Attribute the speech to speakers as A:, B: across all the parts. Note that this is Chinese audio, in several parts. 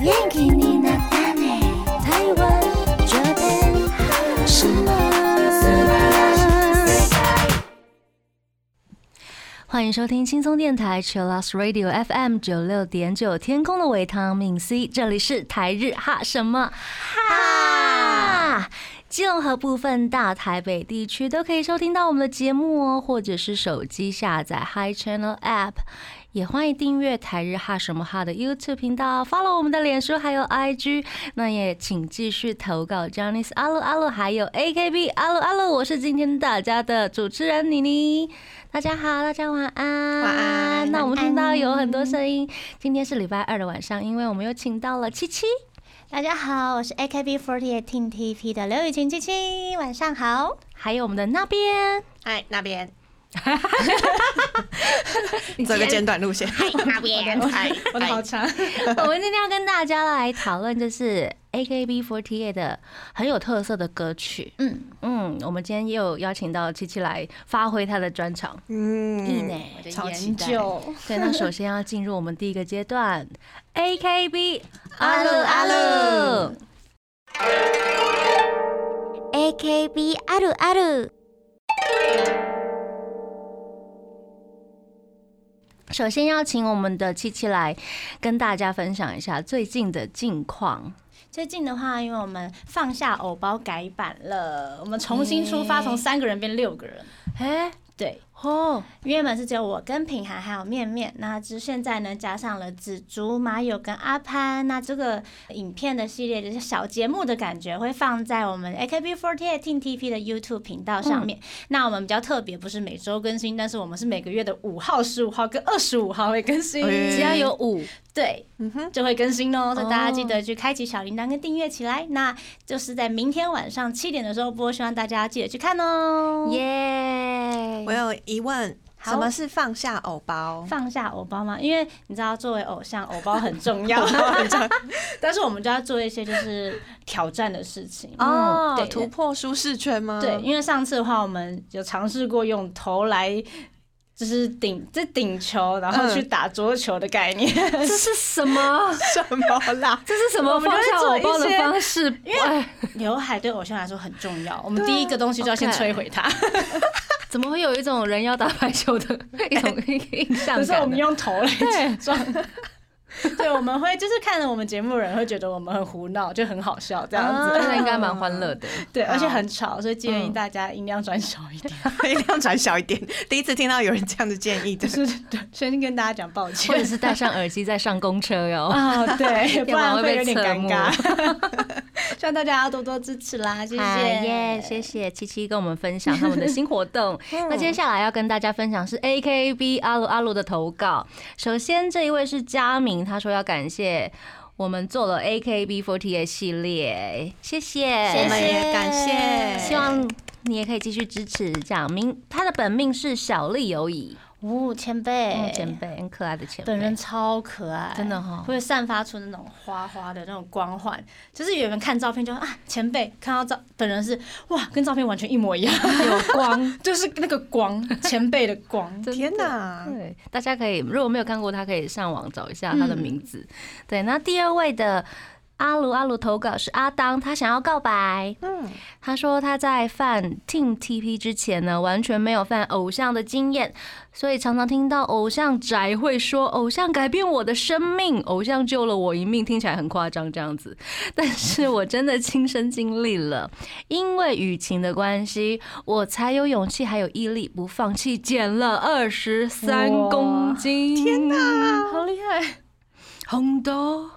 A: 元気になったね台湾这边什么？
B: 欢迎收听轻松电台 Chillus Radio FM 九六点九，天空的维他命 C，这里是台日哈什么哈。基隆和部分大台北地区都可以收听到我们的节目哦，或者是手机下载 Hi Channel App，也欢迎订阅台日哈什么哈的 YouTube 频道，follow 我们的脸书还有 IG。那也请继续投稿 j o n n y s 阿鲁阿鲁，还有 AKB 阿鲁阿鲁，我是今天大家的主持人妮妮。大家好，大家晚安。
C: 晚安
B: 那我们听到有很多声音，今天是礼拜二的晚上，因为我们又请到了七七。
C: 大家好，我是 AKB48 Team TP 的刘雨晴七七，晚上好。
B: 还有我们的那边，
C: 哎，那 边，
D: 走个简短路线。
C: 嗨，那边， 嗨，我的好 长。
B: 我们今天要跟大家来讨论，就是 AKB48 的很有特色的歌曲。
C: 嗯，
B: 嗯，我们今天也有邀请到七七来发挥她的专长。
D: 嗯，
B: 呢，
D: 超期
C: 研
D: 待。
C: 究
B: 对，那首先要进入我们第一个阶段，AKB 阿
C: 阿
B: 鲁
C: 鲁
B: 阿
C: 阿
B: 鲁
C: 鲁。
A: AKB あるある
B: 首先要请我们的七七来跟大家分享一下最近的近况。
C: 最近的话，因为我们放下偶包改版了，我们重新出发，从三个人变六个人。
B: 哎、
C: 对，
B: 哦，
C: 原本是只有我跟品涵还有面面，那只是现在呢加上了紫竹、马友跟阿潘，那这个影片的系列就是小节目的感觉，会放在我们 AKB48 Team TP 的 YouTube 频道上
B: 嗯
C: 面。那我们比较特别，不是每周更新，但是我们是每个月的五号、十五号跟二十五号会更新，
D: 哎
B: 只要有五，
C: 对，
D: 嗯哼，
C: 就会更新哦，所以大
B: 哦
C: 家记得去开启小铃铛跟订阅起来。那就是在明天晚上七点的时候播，希望大家记得去看哦。
B: 耶
D: 我！有疑问，
C: 好
D: 什么是放下偶包？
C: 放下偶包吗？因为你知道，作为偶 像，偶包很重要，但是我们就要做一些就是挑战的事情。
D: 哦
C: 嗯，对
D: 突破舒适圈吗？
C: 对，，因为上次的话，我们有尝试过用头来。就是顶，这顶球，然后去打桌球的概 念，
B: 这是什 么？
D: 什么啦？
B: 这是什么
C: 我们就
B: 放
C: 会
B: 下
C: 做
B: 偶
C: 一
B: 包的
C: 些
B: 方式？哎，
C: 刘海对偶像来说很重要。我们第一个东西就要先
B: OK
C: 摧毁它，
B: 怎么会有一种人要打排球的 一种印象
C: 哎可是我
B: 感
C: 们
B: 呢？
C: 用头来
B: 对
C: 撞。 对，我们会就是看了我们节目的人会觉得我们很胡闹，就很好笑这样子。
B: 真的应该蛮欢乐的。
C: 对，而且
D: 好
C: 很吵，所以建议
B: 嗯
C: 大家音量转小一点。
D: 音量转小一点。 第一次听到有人这样子建议的
C: 就。是对，
B: 嗯
C: 先跟大家讲抱
B: 或者
C: 歉。
B: 是戴上耳机再上公车哟。
C: 啊、 对，不
B: 要不然
C: 然
B: 会
C: 会
B: 被
C: 有点
B: 侧
C: 尴
B: 目
C: 尬。 希望大家要多多支持啦， 谢
B: 嗨啊耶，
C: 谢。
B: 谢谢七七跟我们分享他们的新活动。 那接下来要跟大家分享是 A K B 阿鲁阿鲁的投稿。首先这一位是佳明，他说要感谢我们做了 A K B forty eight 系列，谢谢，
C: 谢
D: 我们也感谢
B: 希望你也可以继续支持贾明，他的本命是小丽尤以，
C: 哦，前辈，
B: 嗯前，辈，很可爱的前辈，
C: 本人超可爱，
B: 真的哈
C: 会散发出那种花花的那种光环。就是有人看照片就啊，前辈看到照本人是哇，跟照片完全一模一样，
B: 有光。
C: 就是那个光，前辈的 光。
B: 真的
D: 天哪！
B: 对，大家可以如果没有看过他，可以上网找一下他的
C: 嗯
B: 名字。对，那第二位的阿鲁阿鲁投稿是阿当，他想要告白。
D: 嗯，
B: 他说他在犯 Team TP 之前呢，完全没有犯偶像的经验，所以常常听到偶像宅会说偶像改变我的生命，偶像救了我一命，听起来很夸张这样子。但是我真的亲身经历了，因为雨晴的关系，我才有勇气还有毅力不放弃，减了 二十三
C: 哇
B: 公斤。天哪，
C: 好厉害！
B: 红豆。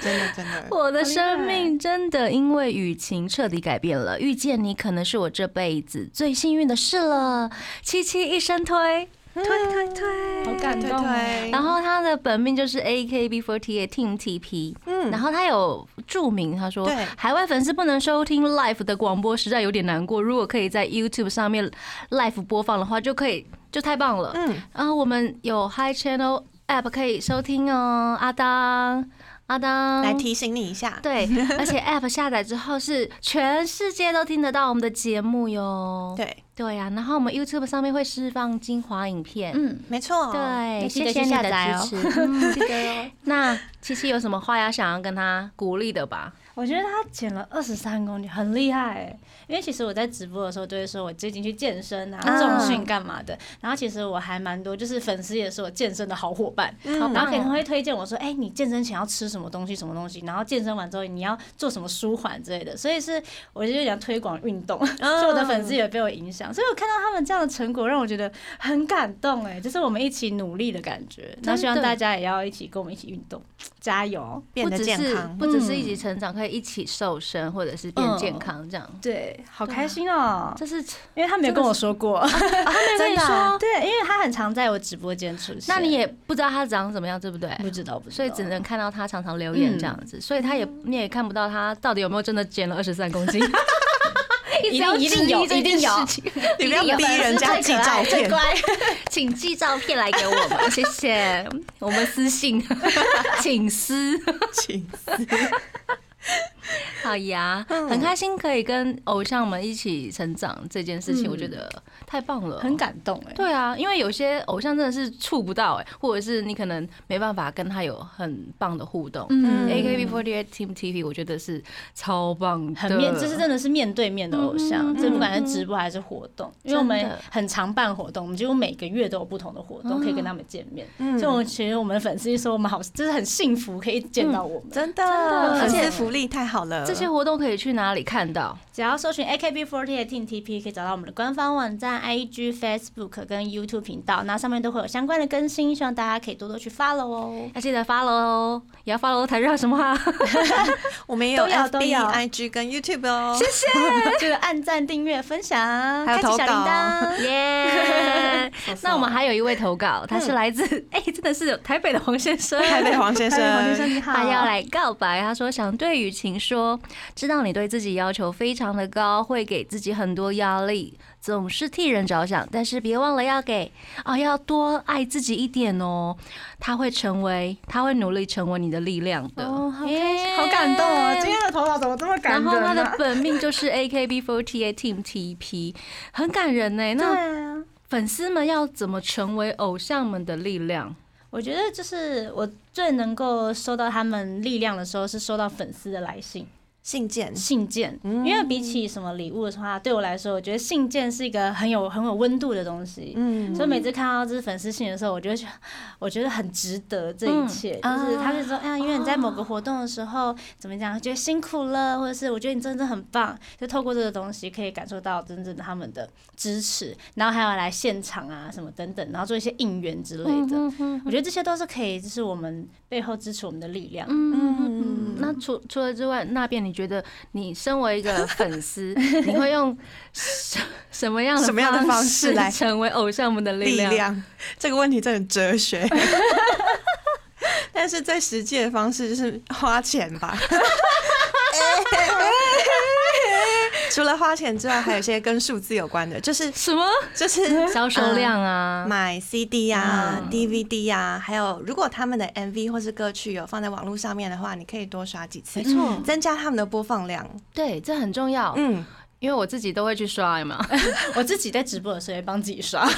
D: 真的真的，
B: 我的生命真的因为雨晴彻底改变了，遇见你可能是我这辈子最幸运的事了。七七一声推，
D: 推推推，
C: 好感
B: 啊
C: 动哦
D: 推推
B: 然后他的本命就是 AKB48 Team TP，
D: 嗯
B: 然后他有注明他说
D: 对，
B: 海外粉丝不能收听 Live 的广播，实在有点难过。如果可以在 YouTube 上面 Live 播放的话，就可以，就太棒了。
D: 嗯，
B: 然后我们有 Hi Channel App 可以收听哦，阿当。阿当
D: 来提醒你一下。
B: 对，而且 App 下载之后是全世界都听得到我们的节目哟。
D: 对，
B: 对呀、然后我们 YouTube 上面会释放精华影片。
C: 嗯，
D: 没错。
B: 对，
C: 也记
B: 谢
C: 得
B: 谢
C: 去
B: 你
C: 下
B: 的
C: 载哦
B: 支持。 嗯那七七有什么话要想要跟他鼓励的吧？
C: 我觉得他减了二十三公斤，很厉害欸。因为其实我在直播的时候都会说，我最近去健身啊、重训干嘛的。然后其实我还蛮多，就是粉丝也是我健身的好伙伴，
D: 嗯
C: 然后可能会推荐我说，哎、你健身前要吃什么东西，什么东西，然后健身完之后你要做什么舒缓之类的。所以是我就想推广运动，所以我的粉丝也被我影响。所以我看到他们这样的成果，让我觉得很感动哎，就是我们一起努力的感觉。那希望
B: 真的
C: 大家也要一起跟我们一起运动，加油！
D: 变得
B: 不只
D: 健
B: 是
D: 康。
B: 不只是一起成长，可以一起瘦身，或者是变健康这样。
D: 嗯
C: 对，好开心哦、
B: 这是
C: 因为他没有跟我说过，
B: 跟你
D: 啊
B: 说，
C: 啊对，因为他很常在我直播间出现。
B: 那你也不知道他长什么样，对不对？
C: 不知道，不知道，
B: 所以只能看到他常常留
C: 嗯
B: 言这样子，所以他也你也看不到他到底有没有真的减了二十三 公斤。
C: 一
B: 一
C: 定一定有，
B: 一
C: 一定有，
D: 你不要逼人家寄照 片。
B: 请寄照片来给我们，谢谢。我们私 信，请私。
D: 请
B: 好呀，
D: 嗯
B: 很开心可以跟偶像们一起成长这件事情，
C: 嗯
B: 我觉得太棒了，
C: 很。感动哎、
B: 对啊，因为有些偶像真的是触不到哎、或者是你可能没办法跟他有很棒的互动。
C: 嗯
B: AKB48 Team TV 我觉得是超棒的，
C: 很面，这是真的是面对面的偶像，
B: 嗯
C: 这不管是直播还是活动，因为我
B: 真
C: 们
B: 的
C: 很常办活动，我们几乎每个月都有不同的活动可以跟他们见面，
D: 嗯
C: 所以我们其实我们粉丝说我们好，就是很幸福可以见到我们。
D: 真
B: 的
D: 的，
B: 而
D: 粉
B: 且
D: 丝福利太好了。
B: 呃这些活动可以去哪里看到？
C: 只要搜寻 AKB48 Team TP，可以找到我们的官方网站、IG、Facebook 跟 YouTube 频道，那上面都会有相关的更新，希望大家可以多多去 follow 哦。
B: 要记得 follow 哦，也要 follow 台日什么啊？
D: 我们也有
C: 都要
D: F
C: 都
D: B
C: 要
D: I G 跟 YouTube 哦。
C: 这个按赞、订阅、分享，
D: 还
C: 开
D: 有
C: 启小铃
D: 投稿
C: 铛。
B: 耶！ 那我们还有一位投稿，他是来自哎、真的是有台北的黄先生，
D: 台北黄先生，
C: 你好
B: 他要来告白，他说想对雨晴说，知道你对自己要求非常的高，会给自己很多压力，总是替人着想，但是别忘了要给啊，要多爱自己一点哦。他会成为，他会努力成为你的力量的。
C: 哦好
B: 耶
C: 好感动
D: 哎
C: 哦！今天的投稿怎么这么感
B: 然
C: 人、啊？
B: 后他的本命就是 AKB48 Team TP，很感人呢。
C: 对
B: 那
C: 啊，
B: 粉丝们要怎么成为偶像们的力量？
C: 我觉得就是我最能够收到他们力量的时候，是收到粉丝的来信、
D: 信件
C: 信件。因为比起什么礼物的话，对我来说，我觉得信件是一个很有很有温度的东西。
D: 嗯，
C: 所以每次看到这粉丝信的时候，我就会觉得我觉得很值得这一切。
D: 嗯
C: 就是他
D: 啊
C: 会说，哎呀，因为你在某个活动的时候怎么讲，觉得辛苦了，或者是我觉得你真的很棒，就透过这个东西可以感受到真正的他们的支持，然后还有来现场啊什么等等，然后做一些应援之类
D: 嗯
C: 的。我觉得这些都是可以，就是我们背后支持我们的力量。
B: 嗯，那除除了之外，那边你觉得你身为一个粉 丝，你会用什什么样的
D: 什么样的方式来
B: 成为偶像们的力
D: 力
B: 量？
D: 量这个问题真的很 哲学。但是最实际的方式就是花钱 吧。除了花钱之外，还有一些跟数字有关的，就是
B: 什么
C: 嗯
D: 就是
B: 销售量啊？
D: 买啊 CD 呀、DVD 呀、啊还有如果他们的 MV 或是歌曲有放在网络上面的话，你可以多刷几次
B: 没，错，
D: 增加他们的播放量。
B: 对，这很重要，
D: 嗯，
B: 因为我自己都会去刷嘛。
C: 我自己在直播的时候也帮自己刷，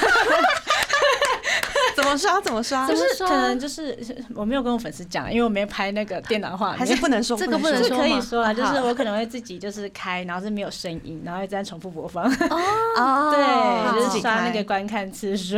D: 怎么刷怎么刷
B: 怎
C: 就，
B: 么
C: 是
B: 说
C: 可能就是我没有跟我粉丝讲，因为我没有拍那个电脑画面，
D: 还是不能说
B: 这个
D: 说
B: 不能
C: 是可以
B: 吗
C: 说啦，啊就
B: 好
C: 是我可能会自己就是开，然后是没有声音，然后一直在重复播放，
D: 哦
C: 对，就
D: 自
C: 是
D: 己
C: 刷
D: 开
C: 那个观看次数。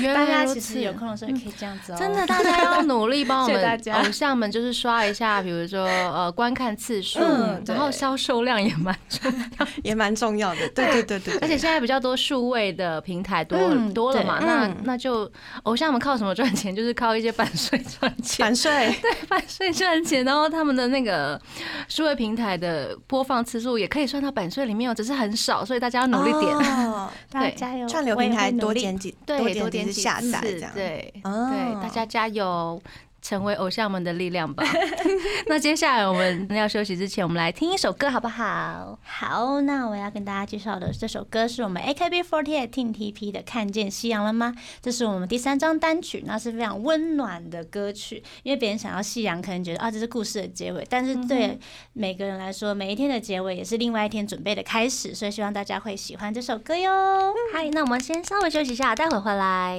B: 原
C: 大
B: 来
C: 家
B: 如
C: 其
B: 此
C: 实有空的时候也可以这样子哦，
B: 真的，大家要努力帮我
C: 谢谢大
B: 们
C: 家
B: 偶像们，就是刷一下，比如说呃观看次数，
C: 嗯
B: 然后
C: 对
B: 销售量也蛮重要。
D: 也蛮重要的。对对对对，
B: 而且现在比较多数位的平台多
C: 嗯
B: 多了嘛，
D: 对
B: 那
D: 嗯
B: 那就偶像们靠什么赚钱？就是靠一些版税赚钱，
D: 版税。
B: 版税赚钱，然后他们的那个数位平台的播放次数也可以算到版税里面哦，只是很少，所以大家要努力点。
D: 哦
C: 大家
B: 对
C: 加油，
D: 串流
C: 我也
D: 平台
C: 会努
D: 多
C: 力
D: 点几
B: 对，多
D: 点
B: 点
D: 几次下载
B: 次
D: 这样，
B: 对、
D: 哦
B: 对，大家加油。成为偶像们的力量 吧。 那接下来我们要休息之前，我们来听一首歌好不好？
C: 好，那我要跟大家介绍的这首歌是我们 AKB48 Team TP 的《看见夕阳了吗》，这是我们第三张单曲，那是非常温暖的歌曲。因为别人想要夕阳，可能觉得啊这是故事的结尾，但是
B: 嗯
C: 对每个人来说，每一天的结尾也是另外一天准备的开始，所以希望大家会喜欢这首歌哟。
B: 嗯嗨，那我们先稍微休息一下，待会回来。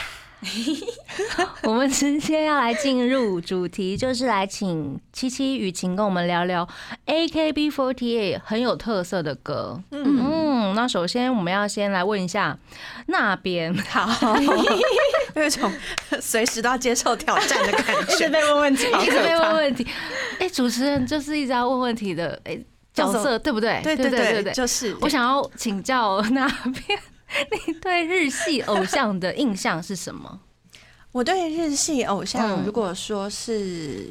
B: 我们直接要来进入主题，就是来请七七雨晴跟我们聊聊 AKB48 很有特色的歌。嗯，那首先我们要先来问一下那边，好，
D: 有一种随时都要接受挑战的感
C: 一直
D: 觉。
C: 被问问题，
B: 一直被问问题。哎，主持人就是一直要问问题的，哎，角色对不对？
D: 对
B: 对
D: 对
B: 对对。
D: 就是
B: 我想要请教那边， 你对日系偶像的印象是什么？
D: 我对日系偶像，
B: 嗯
D: 如果说是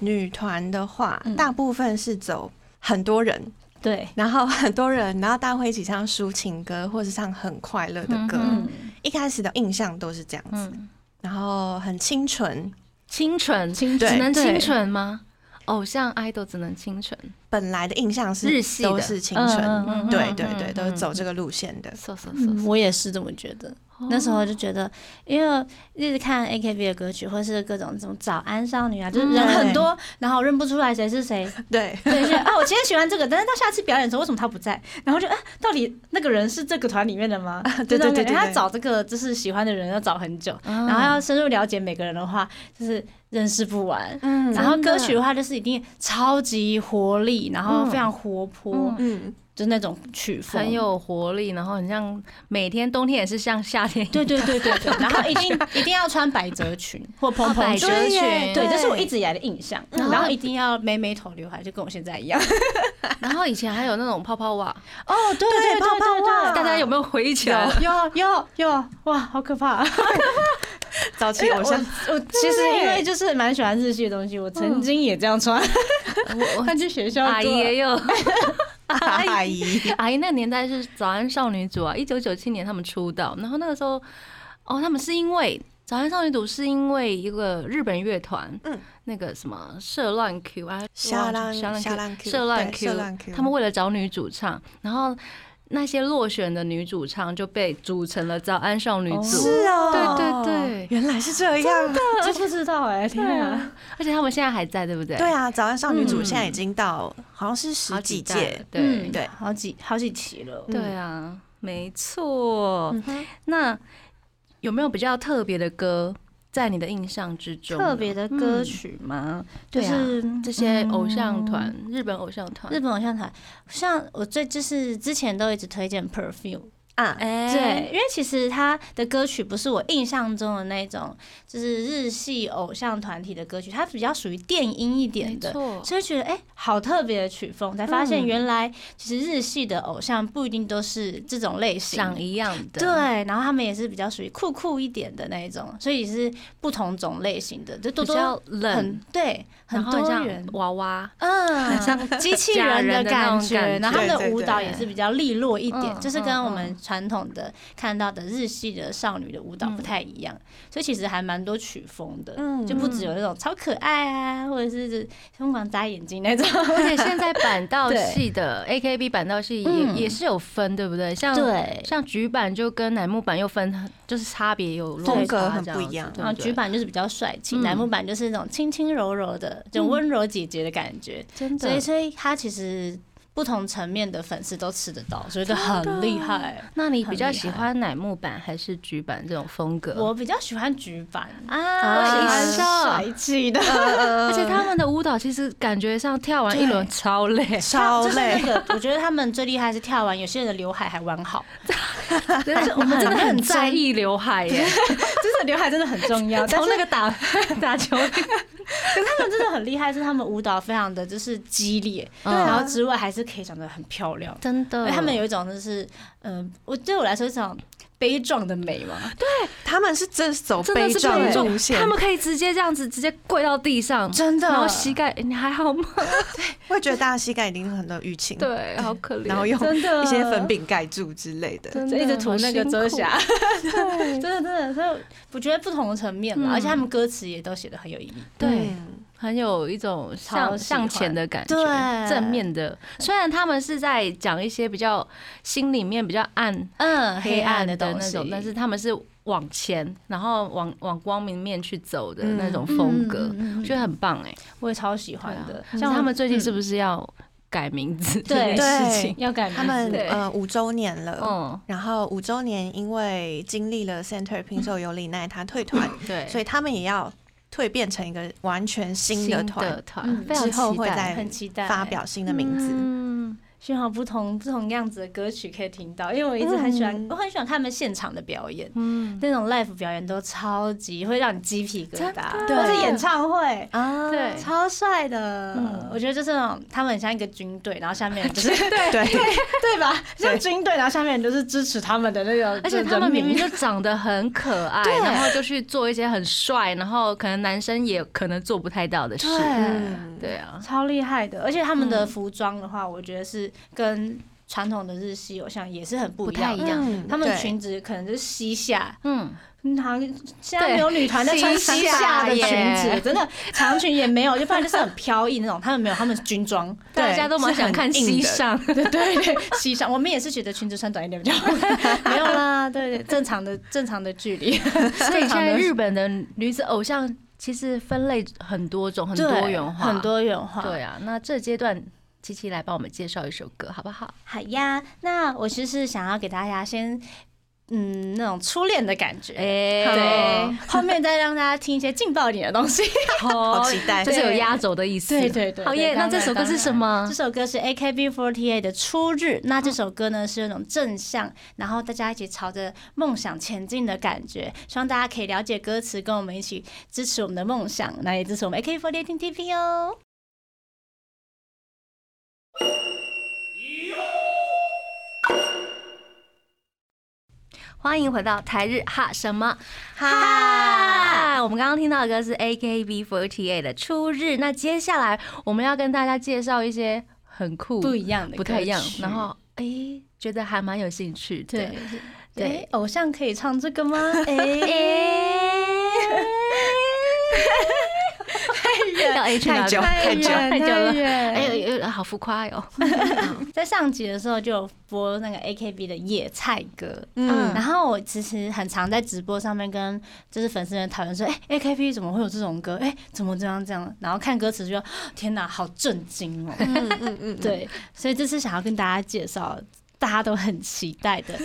D: 女团的话，
B: 嗯
D: 大部分是走很多人，
C: 对，
D: 然后很多人，然后大家会一起唱抒情歌，或是唱很快乐的歌。
B: 嗯
C: 嗯，
D: 一开始的印象都是这样子，
B: 嗯，
D: 然后很清纯。
B: 清纯，清
D: 对
B: 只能
C: 对
B: 清纯吗？偶像 idol 只能清纯，
D: 本来的印象是
B: 日系的
D: 都是清纯，
B: 嗯嗯嗯嗯
D: 对
B: 嗯
D: 对对，
B: 嗯
D: 都是走这个路线的。
B: 嗖嗖
C: 嗯，
B: 嗖，
C: 我也是这么觉得。那时候就觉得，因为一直看 AKB 的歌曲，或是各种什么早安少女啊，就是
D: 嗯
C: 人很多，然后认不出来谁是 谁，
D: 对，
C: 对，就啊，我今天喜欢这个，但是到下次表演的时候，为什么他不在？然后就啊，到底那个人是这个团里面的吗？
D: 啊对对对对对嗯
C: 他找这个就是喜欢的人要找很久，
B: 然
C: 然后要深入了解每个人的话，就是认识不完。
D: 嗯
C: 然后歌曲的话，就是一定超级活力，然后非常活泼
B: 嗯，
D: 嗯，
C: 就那种曲风，
B: 很有活力，然后很像每天冬天也是像夏天一样，
C: 对对对对对，然后一定一定要穿百褶裙或蓬
B: 百
C: 蓬
B: 褶
C: 裙，
D: 对耶
B: 裙，
C: 对，这是我一直以来的印象。
B: 嗯
C: 然后一定要妹妹头刘海，就跟我现在一样。
B: 然后以前还有那种泡泡袜，
C: 哦，对
D: 对泡泡 袜
B: 大家有没有回忆起来？
C: 有有有，哇，好可怕！
D: 早期偶像
C: 我其实因为就是蛮喜欢日系的东西，我曾经也这样穿，
B: 我
C: 但去学校
B: 我阿姨也 有，
D: 阿姨，
B: 阿姨那 个年代是早安少女组啊，一九九七年他们出道，然后那个时候，哦，他们是因为早安少女组是因为一个日本乐团，
D: 嗯
B: 那个什么社乱 Q 啊，
D: 夏浪
B: 社
D: 夏
B: 乱
D: 浪
B: Q，
D: Q，
B: 社乱
D: 对社乱
B: Q，
D: Q
B: 他们为了找女主唱，然后那些落选的女主唱就被组成了早安少女
C: 哦
B: 组，
D: 是
B: 对
D: 哦，
B: 对对
D: 原来是这样。
C: 这不知道哎，天
B: 对
C: 啊！
B: 啊，而且他们现在还在，对不对？
D: 对，啊，早安少女组
B: 嗯
D: 现在已经到好像是十
B: 好
D: 几
B: 代了
D: 届，
B: 对
D: 对
C: 嗯好几好几期了。
B: 对啊，没错。
C: 嗯
D: 哼
B: 那有没有比较特别的歌在你的印象之中呢？
C: 特别的歌曲吗？就
B: 对啊
C: 是
B: 这些偶像团，日本偶像团，
C: 日本偶像团，像我最就是之前都一直推荐 Perfume，
D: 啊，
B: 哎
C: 对，，因为其实他的歌曲不是我印象中的那种，就是日系偶像团体的歌曲，它比较属于电音一
B: 没
C: 点的，
B: 错，
C: 所以觉得哎、好特别的曲风，才发现
B: 嗯
C: 原来其实日系的偶像不一定都是这种类型
B: 长一样的，
C: 对，然后他们也是比较属于酷酷一点的那一种，所以是不同种类型的，就多
B: 比
C: 多
B: 较
C: 很
B: 冷，
C: 对，
B: 然
C: 很
B: 后很
C: 多元
B: 像，娃娃，
C: 嗯，像机 器
B: 假
C: 人
B: 人
C: 的
B: 的那
C: 感
B: 种
C: 觉，
B: 感
C: 然后他
D: 觉
C: 们
D: 对
C: 的
D: 对
C: 舞蹈
D: 对
C: 也是比较利落一点，
B: 嗯
C: 就是跟我们
B: 嗯
C: 传统的看到的日系的少女的舞蹈不
B: 嗯
C: 太一样，所以其实还蛮多曲风的，
D: 嗯
C: 就不只有那种超可爱啊，或者是疯狂眨眼 睛那种，
B: 而且现在 板道系的 AKB 板道系也
C: 嗯
B: 也是有分，对不对？像
C: 对。
B: 像菊版就跟乃木版又分很，就是差别有落
D: 风
B: 差
D: 格很
B: 这样
D: 不一
B: 子
D: 样
B: 对
C: 然后
B: 不
C: 菊
B: 对？
C: 啊版就是比较帅气，
B: 嗯
C: 楠木版就是那种轻轻柔柔的，就
B: 嗯
C: 温柔姐姐的感觉。
B: 真
C: 所以，
B: 的。
C: 所以他其实不同层面的粉丝都吃得到，所以就很厉害。
B: 那你比较
C: 很厉
B: 喜
C: 害
B: 欢乃木版还是菊版这种风格？
C: 我比较喜欢菊版，
B: 啊，
C: 喜欢
B: 一笑
C: 哦帅气 的，
B: 呃而且他们的舞蹈其实感觉上跳完一轮超累，
D: 超
C: 就是
D: 累
C: 那。个，我觉得他们最厉害是跳完，有些人的刘海还完好，
B: 真的是我们真的很在
C: 很
B: 意刘海耶，
C: 真的刘海真的很重 要，但
B: 从
C: 是
B: 那个打打球，
C: 可是他们真的很厉害，是他们舞蹈非常的就是激烈，
B: 对啊
C: 然后之外还是可以长得很漂亮。
B: 真
C: 因
B: 的
C: 为他们有一种就是，嗯、我对我来说是一种悲壮的美嘛，
D: 他们是真是走
B: 真
D: 悲
B: 的是
D: 壮
B: 被
D: 路
B: 重，
D: 线，
B: 他们可以直接这样子直接跪到地上，
C: 真的
B: 然后膝盖，哎你还好吗？
D: 会觉得大家膝盖一定有很多淤青，
B: 对，好可怜。
D: 然后用
C: 真的
D: 一些粉，饼盖住之类的。
B: 真
C: 就
B: 的
C: 一直涂那个遮瑕，，
B: 对
C: 真的真的，所以我觉得不同层面嘛，
B: 嗯
C: 而且他们歌词也都写的很有意义。
B: 对，
D: 嗯
B: 很有一种
C: 超
B: 向
C: 喜欢
B: 向前的感觉，
C: 对
B: 正面的。虽然他们是在讲一些比较心里面比较暗、
C: 嗯，
B: 黑暗的
C: 东
B: 那
C: 西
B: 种，，但是他们是往前，然后往往光明面去走的那种风格，
C: 嗯嗯嗯嗯
B: 我觉得很棒哎。
C: 我也超喜欢的。
B: 像他们最近是
C: 是
B: 不是要改名字这
C: 对
B: 件事情？
C: 要改名字？
D: 他们
B: 对
D: 呃五周年了，
B: 嗯，
D: 然后五周年因为经历了 Center 平手有里奈他退团，
B: 对，
D: 所以他们也要蜕变成一个完全新的团，
B: 团
C: 嗯
B: 非常
D: 之后
B: 期
D: 会
B: 待
D: 再
C: 很期待
D: 发表新的名字。
B: 嗯，
C: 幸好不同不同样子的歌曲可以听到，因为我一直很喜欢，
D: 嗯
C: 我很喜欢看他们现场的表演，
B: 嗯
C: 那种 live 表演都超级会让你鸡皮疙瘩，
B: 真
D: 的
C: 或是演唱会。
D: 啊
B: 对
C: 嗯超帅的，
B: 嗯
C: 我觉得就是那种他们很像一个军队，然后下面人就是
D: 对，
C: 对吧？像军队，然后下面人就是支持他们的那种，
B: 而且他们明明就长得很可 爱，
D: 对
B: 然后就去做一些很帅，然后可能男生也可能做不太到的事。
D: 嗯
B: 对啊，
C: 超厉害的，而且他们的
B: 嗯
C: 服装的话，我觉得是跟传统的日系偶像也是很不一样
B: 不
C: 的
B: 太一样
D: 嗯
C: 他们
D: 对
C: 裙子可能就是膝下，
B: 嗯，
C: 嗯好像现在没有女团在穿膝下的裙
B: 膝下耶
C: 子，真的长裙也没有，要不然就是很飘逸那种。他们没有，他们是军装，
D: 对
B: 大家都蛮想看
D: 是很
B: 西
D: 硬的
B: 上，
C: 对对对，膝上。我们也是觉得裙子穿短一点比 较好，没有啦，对对，正常的正常的距离，
B: 所以现在
C: 的
B: 日本的女子偶像其实分类很多种，很
C: 很
B: 多元化，
C: 很。多元化。
B: 对啊，那这阶段七七来帮我们介绍一首歌好不好？
C: 好呀，那我就是想要给大家先，嗯，那种初恋的感觉。
B: 哎
C: 对，，后面再让大家听一些劲爆一点的东 西。
B: 好
D: 好期待
B: 哦就是有压轴的意思。
C: 对对对
B: 好耶！
C: 对
B: 那
C: 当然
B: 这首歌是什么
C: 这？首歌是 AKB48 的《初日》，那这首歌呢是有种正向，然后大家一起朝着梦想前进的感觉。希望大家可以了解歌词，跟我们一起支持我们的梦想，那也支持我们 AKB48 TP 哦。
B: 欢迎回到台日哈什么
D: 哈，
B: 哈！我们刚刚听到的歌是 AKB48 的《初日》，那接下来我们要跟大家介绍一些很酷、
C: 不一样的歌曲，
B: 不太一样，然后哎、觉得还蛮有兴趣的。
C: 对
B: 对
C: 对，偶像可以唱这个 吗？哎，
B: 要 H
D: 太久太久
B: 太久了，
C: 远
B: 哎呦，哎呦好浮夸哟、
C: 在上集的时候就有播那个 AKB 的野菜歌，
D: 嗯
C: 然后我其实很常在直播上面跟就是粉丝们讨论说，哎、a k b 怎么会有这种歌？哎、怎么这样这样？然后看歌词就， 天哪，好震惊哦！
D: 嗯嗯嗯，
C: 对，所以这次想要跟大家介绍。大家都很期待的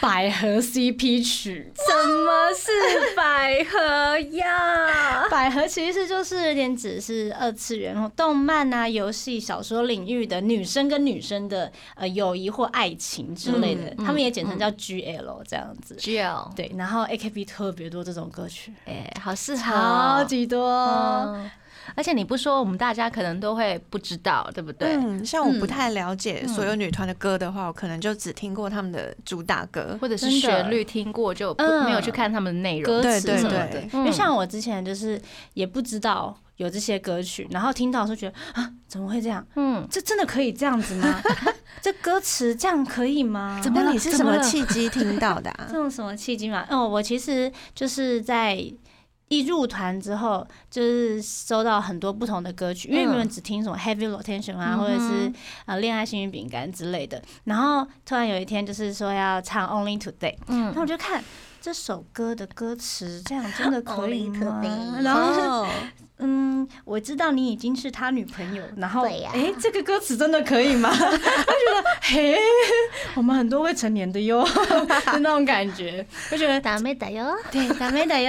C: 百合 CP 曲，
B: 什么是百合 呀？
C: 百合其实就是有点只是二次元或动漫啊、游戏、小说领域的女生跟女生的呃友谊或爱情之类的，
B: 嗯
C: 他们也简称
B: 嗯
C: 叫 GL 这样子。
B: Jill，
C: 对，然后 AKB 特别多这种歌曲，
B: 哎、好适合哦，
C: 超级多。
B: 嗯而且你不说，我们大家可能都会不知道，对不对？
D: 嗯，像我不太了解所有女团的歌的话，我可能就只听过他们的主打歌。
B: 或者是
C: 真的
B: 旋律听过就不、
C: 嗯
B: 没有去看他们的内容嗯
C: 歌。
D: 对
C: 词
D: 对
C: 什么的
D: 对，
C: 因为像我之前就是也不知道有这些歌曲，然后听到的时候觉得啊，怎么会这样？
B: 嗯，
C: 这真的可以这样子 吗？这歌词这样可以吗？
B: 怎么
D: 那
B: 了
D: 你是什
B: 怎么
D: 么
B: 了
D: 契机听到的 啊
C: 这？种什么契机嘛？哦，我其实就是在一入团之后，就是收到很多不同的歌曲，因为
B: 嗯
C: 原本只听什么 Heavy Rotation 啊，
B: 嗯哼
C: 或者是呃恋爱幸运饼干之类的，然后突然有一天就是说要唱 Only Today，
B: 嗯
C: 然后我就看。这首歌的歌词这样真的可以
A: Only
C: 吗
A: Today？
C: 然后就是
D: 哦
C: 嗯，我知道你已经是他女朋友， 然后
A: 对呀
C: 诶这个歌词真的可以吗？我觉得嘿，我们很多未成年的哟， 就那种感觉，就觉得
A: ダメだよ。
C: 对，打妹的哟。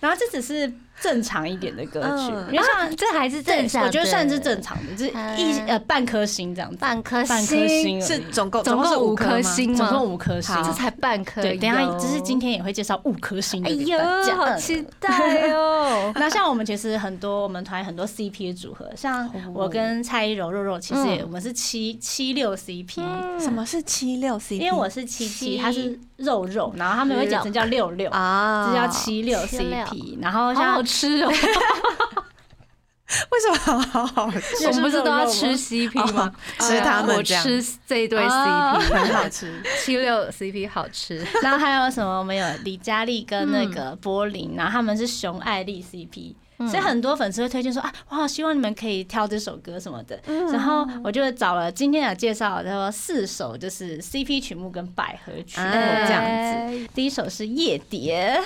C: 然后这只是正常一点的歌曲，
B: 嗯
C: 因为像
B: 这还是正常的，
C: 我觉得算是正常的，就是一
B: 嗯
C: 呃半颗星这样子，
B: 半颗
C: 半颗
B: 星，啊
C: 星而已
D: 是总共
B: 总
D: 是
B: 共
D: 五颗
B: 颗
D: 吗，
B: 星
C: 总
B: 吗？
C: 共五颗星
B: 好，这才半颗。
C: 对，等一下就是今。天也会介绍五颗星
B: 哎
C: 的给
B: 呦
C: 大，家。
B: 好期待哦！
C: 那像我们其实很多，我们团很多 CP 的组合，像我跟蔡依柔、肉肉，其实也
B: 嗯
C: 我们是七七六 CP，
D: 什么是七六 CP？
C: 因为我是七七，
B: 七
C: 他是肉肉，然后他们会简称叫六六，
D: 啊，
C: 这叫七六
B: 七六
C: CP。然后
B: 好好
C: 像
B: 吃哦！
D: 为什么好好吃？
B: 我们不是都要
C: 肉
B: 吃
C: 肉
B: CP 吗？
D: 吃他们
B: 哦我
D: 这样
B: 吃这一对
C: 哦
B: CP，
D: 很好吃，
B: 七六 CP 好 吃。
C: 然后还有什么？我们有李佳丽跟那个柏林，然后他们是熊爱丽 CP。所以很多粉丝会推荐说啊，我好希望你们可以挑这首歌什么的。然后我就找了今天有介绍的四首，就是 CP 曲目跟百合曲
B: 嗯
C: 目
D: 哎
C: 这样子。第一首是夜蝶，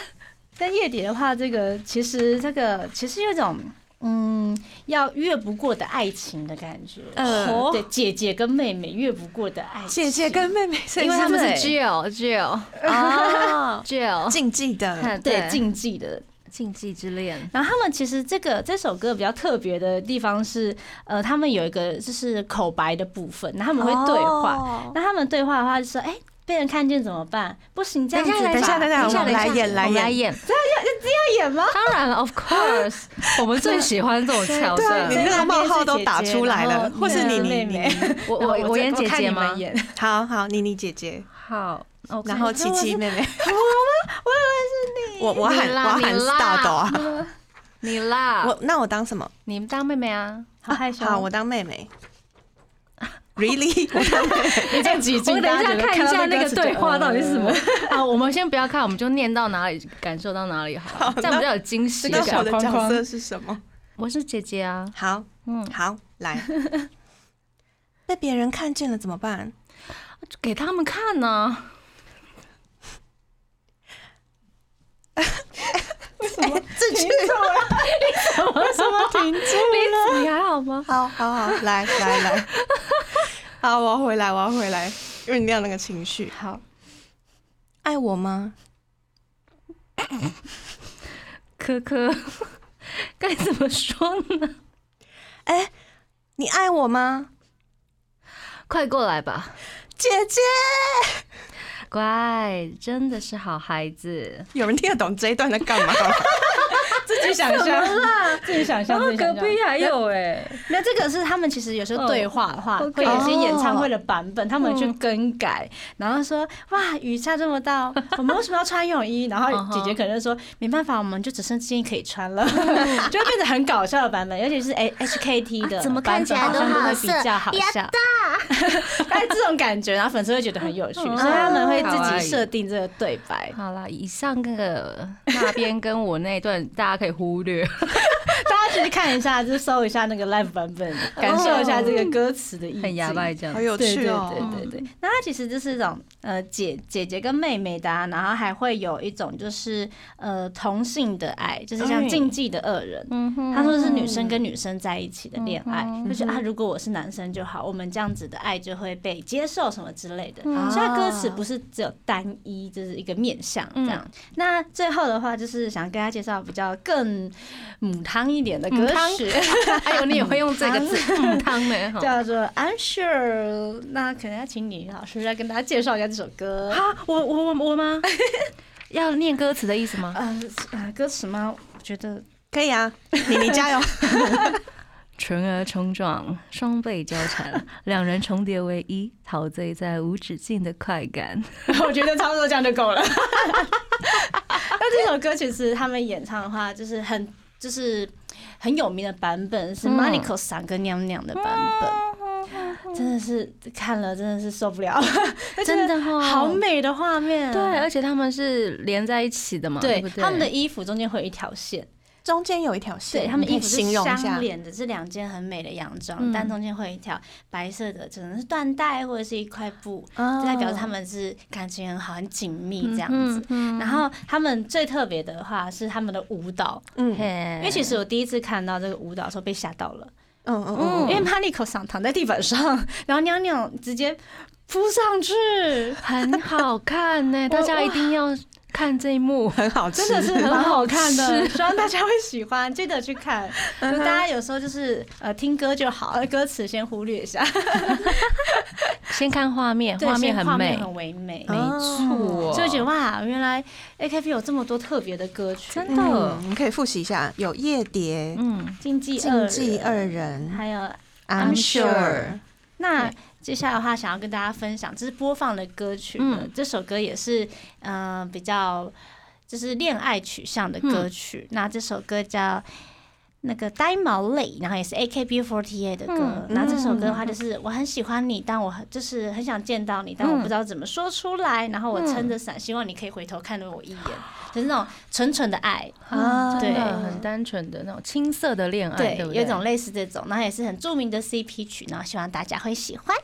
C: 但夜蝶的话，这个其实这个其实有一种嗯要越不过的爱情的感觉。
D: 嗯
C: 对，姐姐跟妹妹越不过的爱情。
D: 姐姐跟妹妹，
B: 哎
D: 所以
C: 因为他们是
B: Jill Jill
D: 哦
B: Jill，
D: 竞技
B: 嗯
D: 的，
C: 对禁忌的
B: 禁忌之恋，
C: 然后他们其实这个这首歌比较特别的地方是，呃，他们有一个就是口白的部分，然后他们会对话。
D: 哦
C: 那他们对话的话就说：“哎、被人看见怎么办？不行，这样子吧
D: 等一下等一下
B: 等一下，
D: 我们来演来
B: 我们
D: 演
B: 来演。
C: 要演吗？
B: 当然了，of course，我 们最喜欢这种桥
D: 对啊，
B: 段
D: 你。那个冒号都打出来
C: 然后
D: 了，或是
C: 那
D: 你
C: 个
D: 你
C: 妹妹
D: 你，你
B: 我我我演姐姐吗？
D: 好好，你你姐姐，
B: 好，我看
D: 然后七七妹妹， 我吗？我以为是
B: 你
D: 你，我我
B: 啦
D: 喊我喊
B: 你啦
D: star 的啊，
B: 你啦，
D: 我那我当什么？
B: 你们当妹妹啊，
C: 好害羞。
D: 好，我当妹妹。Really？我当妹妹
C: 你这样几
B: 我
C: 句，
B: 们等
C: 大
B: 一下
C: 家觉得
B: 看一下那个对话到底是什么
C: 看到那个歌词就。
B: 啊？我们先不要看，我们就念到哪里，感受到哪里好了，这样比较有惊喜
D: 那我
B: 感。
D: 的
C: 框
D: 角
C: 框
D: 色是什么？
B: 我是姐姐啊，
D: 好，
B: 嗯，
D: 好， 来。被别人看见了怎么办？
B: 给他们看 呢。
D: 这句
C: 为什么停 住？
B: 你你还好吗？
D: 好好好，来来 来，好，我要回来，我要回来，酝酿那个情绪。
C: 好，
D: 爱我吗？
B: 科科， 该怎么说呢？
D: 哎、你爱我吗？
B: 快过来吧，
D: 姐姐，
B: 乖，真的是好孩子。
D: 有人听得懂这一段在干嘛？
C: 自己想象，自己想象，自己想象。
B: 啊还有哎，
C: 那这个是他们其实有时候对话的话，
B: 哦
C: 会有一些
D: 哦
C: 演唱会的版本，他们去更改，然后说哇雨下这么 大，我们为什么要穿泳衣？然 后
B: 嗯哼
C: 姐姐可能说没办法，我们就只剩这件可以穿 了，就会变得很搞笑的版本，尤其是 H H K T 的版本、
B: 啊怎么看起来
C: 好
B: 都
C: 像都
B: 好
C: 会
B: 色
C: 比较好 笑，但是这种感觉，然后粉丝会觉得很有趣，所
B: 嗯
C: 以他们会
B: 好
C: 自
B: 啊
C: 己设定这个对白，
B: 好啦，以上那个那边跟我那一段，大家可以忽 略。
C: 大家去看一下，就搜一下那个 live 版本，感受一下这个歌词的意
B: 很牙
C: 境
B: 白这样
D: 好。有
C: 对
D: 趣哦！
C: 对对对对，那它其实就是一种呃姐姐姐跟妹妹的、啊，然后还会有一种就是呃同性的爱，就是像
B: 哎
C: 禁忌的恶人。
B: 嗯哼
C: 他说是女生跟女生在一起的恋爱，
B: 嗯
C: 就觉得啊，如果我是男生就好，我们这样子的爱就会被接受什么之类的。
B: 嗯
C: 所以它歌词不是只有单一，就是一个面向这样。那最后的话，就是想跟大家介绍比较更母汤一点的歌
B: 母汤
C: 曲。
B: 哎呦，你也会用这个字“嗯汤”呢？哈，
C: 叫做 I'm Sure。那可能要请李老师来跟大家介绍一下这首歌。
B: 啊，我我我我吗？ 啊要念歌词的意思吗？
C: 呃呃，歌词吗？我觉得
D: 可以啊，你 你加油！
B: 唇儿冲撞，双倍交 缠，两人重叠为一，陶醉在无止境的快感。
C: 我觉得差不多这样就够了。 那这首歌其实他们演唱的话，就是很就是很有名的版本是
B: 嗯
C: Monaco 三跟娘娘的版本。真的是看了，真的是受不 了，
B: 真的哦
C: 好美的画面。
B: 对，而且他们是连在一起的嘛，啊对不
C: 对，
B: 对？
C: 他们的衣服中间会有一条线，
D: 中间有一条线，
C: 对他们
D: 你可
C: 衣
D: 以
C: 服
D: 形
C: 是
D: 容一下
C: 相，连的，这两件很美的洋装，
B: 嗯
C: 但中间会有一条白色的，可能是缎带或者是一块布，
D: 哦
C: 就代表他们是感情很好、很紧密这样
B: 嗯
C: 子。然后他们最特别的话是他们的舞蹈，
D: 嗯嗯
B: 嘿，
C: 因
B: 因
C: 为其实我第一次看到这个舞蹈的时候被吓到了，
D: 嗯嗯嗯，
C: 因为 Panico 想躺在地板上，然后娘娘直接扑上去，
B: 很好看呢，大家一定要看这一幕，
D: 很好吃，
C: 真的是很好看的，
B: 是
C: 希望大家会喜欢，记得去看。就大家有时候就是呃听歌就好，呃歌词先忽略一下，
B: 先看画面，
C: 对
B: 画面
C: 先
B: 很
C: 画
B: 美嗯
C: 面，很唯美，
B: 没错，
C: 所以觉得哇，原来 AKB 有这么多特别的歌曲，
B: 真
D: 嗯
B: 的，，
D: 我们可以复习一下，有夜蝶、
B: 嗯，
C: 禁忌
D: 禁忌
C: 人
D: 二人
C: 还有
D: ，I'm
B: I'm
D: sure
B: sure。
C: 那
D: 对
C: 接下来的话，想要跟大家分享，这是播放的歌曲呢。
B: 嗯
C: 这首歌也是嗯、呃比较就是恋爱取向的
B: 嗯
C: 歌曲。那这首歌叫那个呆毛泪，然后也是 AKB48 的歌。
B: 嗯
C: 那这首歌的话，就是我很喜欢你，但我很就是很想见到你，但我不知道怎么说出来。然后我撑着伞，希望你可以回头看了我一 眼，就是那种纯纯的爱。
D: 啊
B: 真
C: 对
B: 的很单纯的那种青涩的恋爱，对
C: 对，
B: 不
C: 呃有
B: 对？
C: 一种类似这种，然后也是很著名的 CP 曲，然后希望大家会喜欢。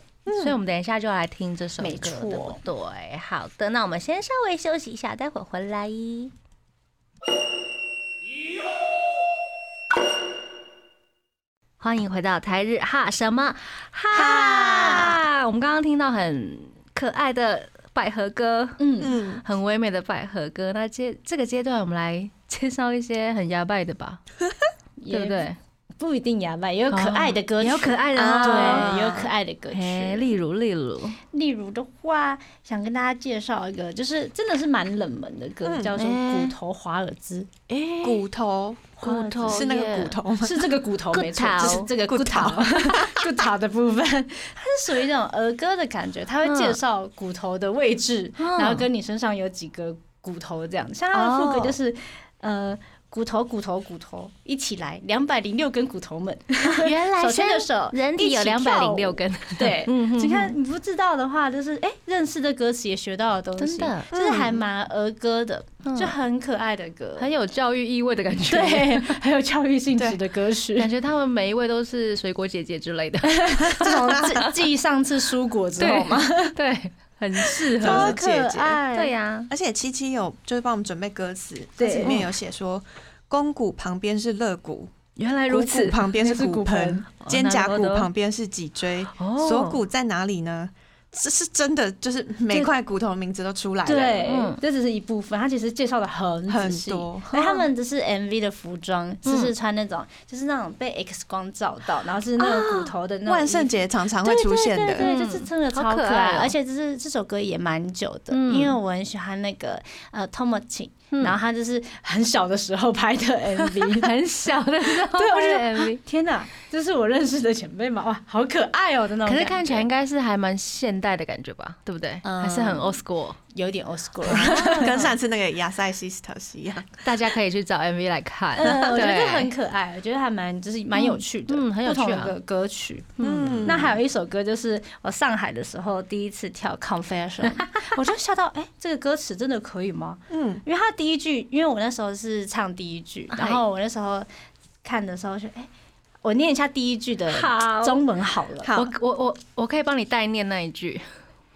B: 所以我们等一下就来听这首歌，
C: 嗯没
B: 对
C: 错
B: 不对？好的，那我们先稍微休息一下，待会儿回来。欢迎回到台日哈什么哈？我们刚刚听到很可爱的百合歌，
C: 嗯
D: 嗯，
B: 很唯美的百合歌。那阶这个阶段，我们来介绍一些很牙拜的吧，对不？对？
C: 不一定牙白，也有可爱的歌曲，
B: 也有可爱的
C: 啊
B: 哦
C: 对，也有可爱的歌
B: 嘿，
C: 曲。
B: 例如例如，
C: 例如的话，想跟大家介绍一个，就是真的是蛮冷门的歌，
D: 嗯
C: 叫做《
B: 哎
C: 骨头华尔兹
B: 哎
D: 骨头
B: 骨头
D: 是那个
B: 耶
D: 骨头 吗》，？
C: 是这个骨头
B: 骨头
C: 没错，就是这个骨头 骨头的部分，它是属于那种儿歌的感觉，它会介绍骨头的位置，
B: 嗯
C: 然后跟你身上有几个骨头这样。像它的副歌就是，呃。骨头，骨头，骨头，一起来！两百零六根骨头们，
B: 原来
C: 手牵着
B: 是
C: 手，
B: 人体有
C: 一
B: 两
C: 起
B: 百
C: 跳
B: 零
C: 舞
B: 六根，
C: 对，
B: 嗯
C: 你看你不知道的话，就是哎、诶认识的歌词也学到了东西，
B: 真的
C: 就是还蛮儿歌的，
B: 嗯
C: 就很可爱的歌，
B: 很有教育意味的感觉。，
C: 对， 很有教育性质的歌曲
B: 感。觉他们每一位都是水果姐姐之类的，
C: 这种继继上次蔬果之后嘛，
B: 对，很适
D: 对
B: 合。
C: 好可爱，
B: 对呀，
D: 而且七七有就是帮我们准备歌词，歌
C: 对
D: 词里面有写说，肱骨旁边是肋骨，
B: 原来
D: 股骨旁边是骨盆， 肩胛骨
B: 哦
D: 旁边是脊椎，
B: 哦
D: 锁骨在哪里呢？这是真的，就是每块骨头的名字都出来了，
C: 对
B: 嗯，
C: 这只是一部分，它其实介绍的很仔
D: 很
C: 细。
D: 多。
C: 那他们只是 MV 的服装，就是穿那种，就是那种被 X 光照到，然后是那种骨头的那种
D: 万圣
C: 衣服
D: 节常常会
C: 对
D: 出现
C: 对
D: 的，
C: 对对，就是真的
B: 嗯好
C: 超
B: 可
C: 可
B: 爱
C: 爱，
B: 哦
C: 而且就是这首歌也蛮久的，
B: 嗯
C: 因为我很喜欢那个呃 Tomochi，
B: 嗯
C: 然后他就是很小的时候拍的 MV。
B: 很小的时候
C: 对我就
B: 拍的 MV，
C: 天哪，这是我认识的前辈嘛？哇，好可爱哦、的那种
B: 可
C: 感
B: 是
C: 觉。
B: 看起来应该是还蛮现代的感觉吧，对不对？
C: 嗯
B: 还是很 old school，
C: 有点 old school。
D: 跟上次那个亚塞 sisters 一样。
B: 大家可以去找 MV 来看。
C: 嗯，我觉得
B: 对
C: 很可爱，我觉得还蛮就是蛮有趣的，
B: 嗯嗯很有趣啊
C: 不同的歌曲。
D: 嗯，
C: 那还有一首歌，就是我上海的时候第一次跳《Confession》，我就吓到，哎、这个歌词真的可以吗？
D: 嗯，
C: 因为他第一句，因为我那时候是唱第一句，
B: 嗨
C: 然后我那时候看的时候就，哎、我念一下第一句的
B: 好
C: 中文好了，
D: 好
B: 我我我我可以帮你代念那一句，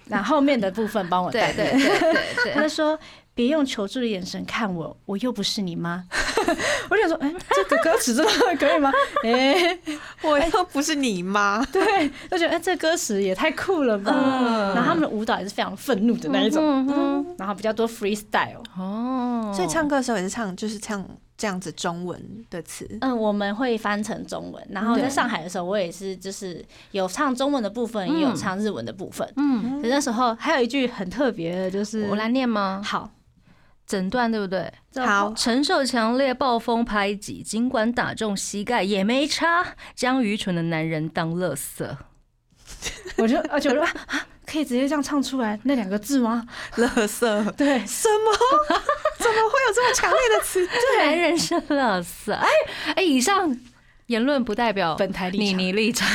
C: 然后后面的部分帮我带
B: 对对
C: 念。
B: 对对
C: 他
B: 对，
C: 就说：“别用求助的眼神看我，我又不是你妈。”我想说，哎、这个歌词真的可以 吗？哎、
D: 我又哎不是你妈，
C: 对，就觉得哎、这歌词也太酷了吧！然后他们的舞蹈也是非常愤怒的那一种，
B: 嗯哼，
C: 然后比较多 freestyle。
B: 哦，
D: 所以唱歌的时候也是唱，就是唱这样子中文的词。
C: 嗯，我们会翻成中文。然后在上海的时候，我也是就是有唱中文的部分，也有唱日文的部分。
B: 嗯，
C: 可是那时候还有一句很特别的，就是
B: 我来念吗？
C: 好
B: 整段对不对？
D: 好，
B: 承受强烈暴风拍击，尽管打中膝盖也没差，将愚蠢的男人当垃圾。
C: 我就而且我就啊，可以直接这样唱出来那两个字吗？
D: 乐色，
C: 对，
D: 什么？怎么会有这么强烈的词？
B: 这男人是垃圾。哎哎，以上言论不代表
C: 本台立
B: 你
C: 场
B: 你立场。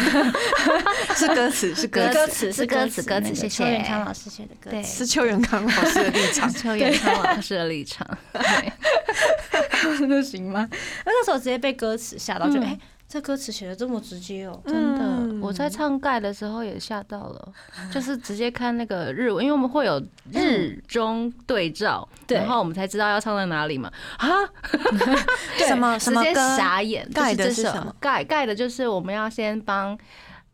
D: 是歌词，是歌
B: 歌词
D: 词，
C: 是
B: 是歌词歌词
C: 那个
B: 谢
C: 邱
B: 谢
C: 元康老师写的歌
B: 对
C: 词。
D: 是邱元康老师的立 场。
B: 邱元康老师的立场。对
C: 真的行吗？那时候直接被歌词吓到，就
B: 嗯
C: 哎、诶这歌词写的这么直接哦、
B: 真的
D: 嗯，
B: 我在唱盖的时候也吓到了，就是直接看那个日文，因为我们会有日中嗯对照，
C: 对
B: 然后我们才知道要唱到哪里嘛。啊，
D: 什么
B: 直
D: 什么
B: 接
D: 歌？
B: 傻眼。
D: 盖
B: 就
D: 的
B: 是是这
D: 什
B: 首
D: 么
B: 盖盖的就是我们要先帮。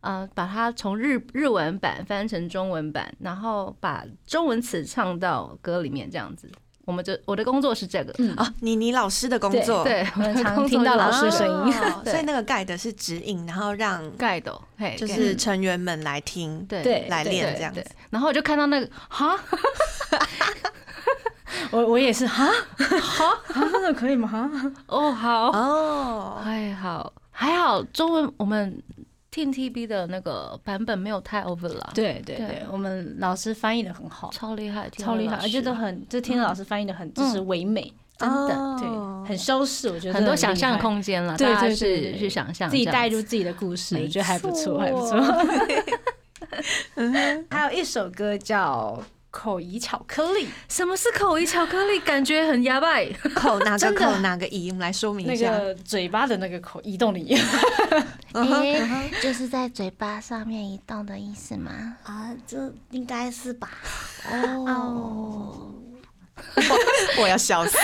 B: 呃，把它从日日文版翻成中文版，然后把中文词唱到歌里面，这样子。我们就我的工作是这个，
D: 啊，妮妮老师的工作，
B: 对，我
C: 我们
B: 的
C: 常
B: 工作
C: 听到
B: 就
C: 老
B: 是
C: 师声音。
D: 哦
B: 对
D: 所以那个 guide 是指引，然后让
B: 盖的，嘿，
D: 就是成员们来听，
B: 对
C: 对
D: 来
B: 对
D: 练这样
B: 对
D: 子。，
B: 然后我就看到那个哈，
C: 我我也是哈， 哈，真的可以吗？哈，
B: 哦好，
D: 哦，
B: 还好还好，中文我们 Team TB 的那个版本没有太 over 了，，
C: 对对啊
B: 对
C: 对，我们老师翻译的很好，
B: 超厉害，
C: 超厉害，而且都
B: 很
C: 很，就听着老师翻译的很，就是唯美，
B: 真的
D: 哦
C: 对，嗯很修饰，我觉得
B: 很多
C: 厉害
B: 想象，空间了，
C: 对
B: 大家
C: 对对
B: 是
C: 对
B: 去想象
C: 自己
B: 这样
C: 带
B: 子
C: 入自己的故事，我觉得还不错，
D: 没
C: 还不
D: 错
C: 错。嗯还有一首歌叫《口译巧克力》，
B: 什么是口译巧克力，感觉很牙拜。
D: 口哪个
C: 真的
D: 口哪个音，我们来说明一
C: 那
D: 下。
C: 个嘴巴的那个口移动的移。
D: 嗯
A: Uh-huh,
D: 哼嗯哼
A: 就是在嘴巴上面移动的意思吗？啊，这应该是吧。哦，
D: 我要笑死。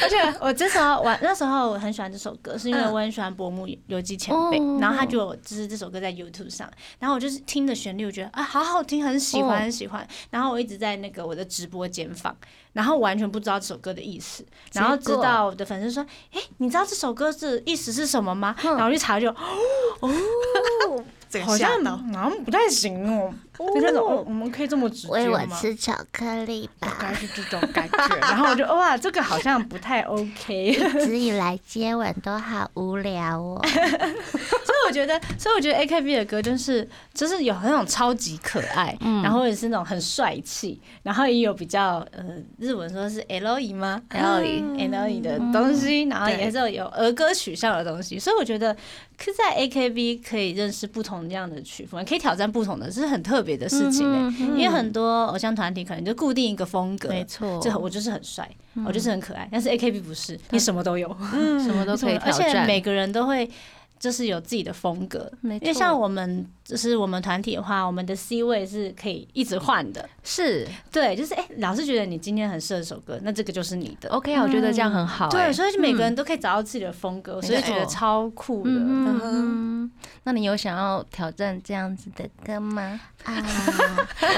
C: 而且 我之前玩那时候我很喜欢这首歌，是因为
D: 嗯
C: 我很喜欢薄暮游记前辈，
B: 哦
C: 然后他就有就是这首歌在 YouTube 上，然后我就是听的旋律，我觉得啊好好听，很喜
B: 哦
C: 欢很喜欢，然后我一直在那个我的直播间放，然后完全不知道这首歌的意思，
B: 结果
C: 然后直到我的粉丝说，哎、你知道这首歌的意思是什么吗？
B: 嗯
C: 然后我去查就哦
D: 这
C: 好
D: 个吓
C: 像
D: 到，
C: 好像不太行哦， 就那种哦我们可以这么直
A: 喂
C: 接
A: 我
C: 吗？
A: 吃巧克力
C: 大
A: 吧。
C: 概是这种感觉，然后我就哇，这个好像不太 OK。
A: 一直以来接吻都好无聊 哦。
C: 我觉得，所以我觉得 AKB 的歌就是就是有那种超级可爱，
B: 嗯
C: 然后也是那种很帅气，然后也有比较呃日文说是 L E 吗？L E L
B: 嗯
C: E 的东西，然后也是有儿歌取向的东西，所以我觉得可在 AKB 可以认识不同这样的曲风，可以挑战不同的，这是很特别的事情、
B: 嗯
C: 欸因为很多偶像团体可能就固定一个风格，
B: 没错，嗯
C: 就我就是很帅，我就是很可爱，但是 AKB 不是，你什么都有。
B: 什么都可以
C: 而
B: 挑
C: 且
B: 战。
C: 每个人都会就是有自己的风格。
B: 没
C: 因为像我们就是我们团体的话，我们的 C 位是可以一直换的。
B: 是
C: 对，就是哎、老师觉得你今天很适合这首歌，那这个就是你的。
B: OK 啊，我觉得这样很好欸。
C: 对，所以每个人都可以找到自己的风格，所以觉得超酷的。
B: 嗯嗯，那你有想要挑战这样子的歌吗？
A: 啊，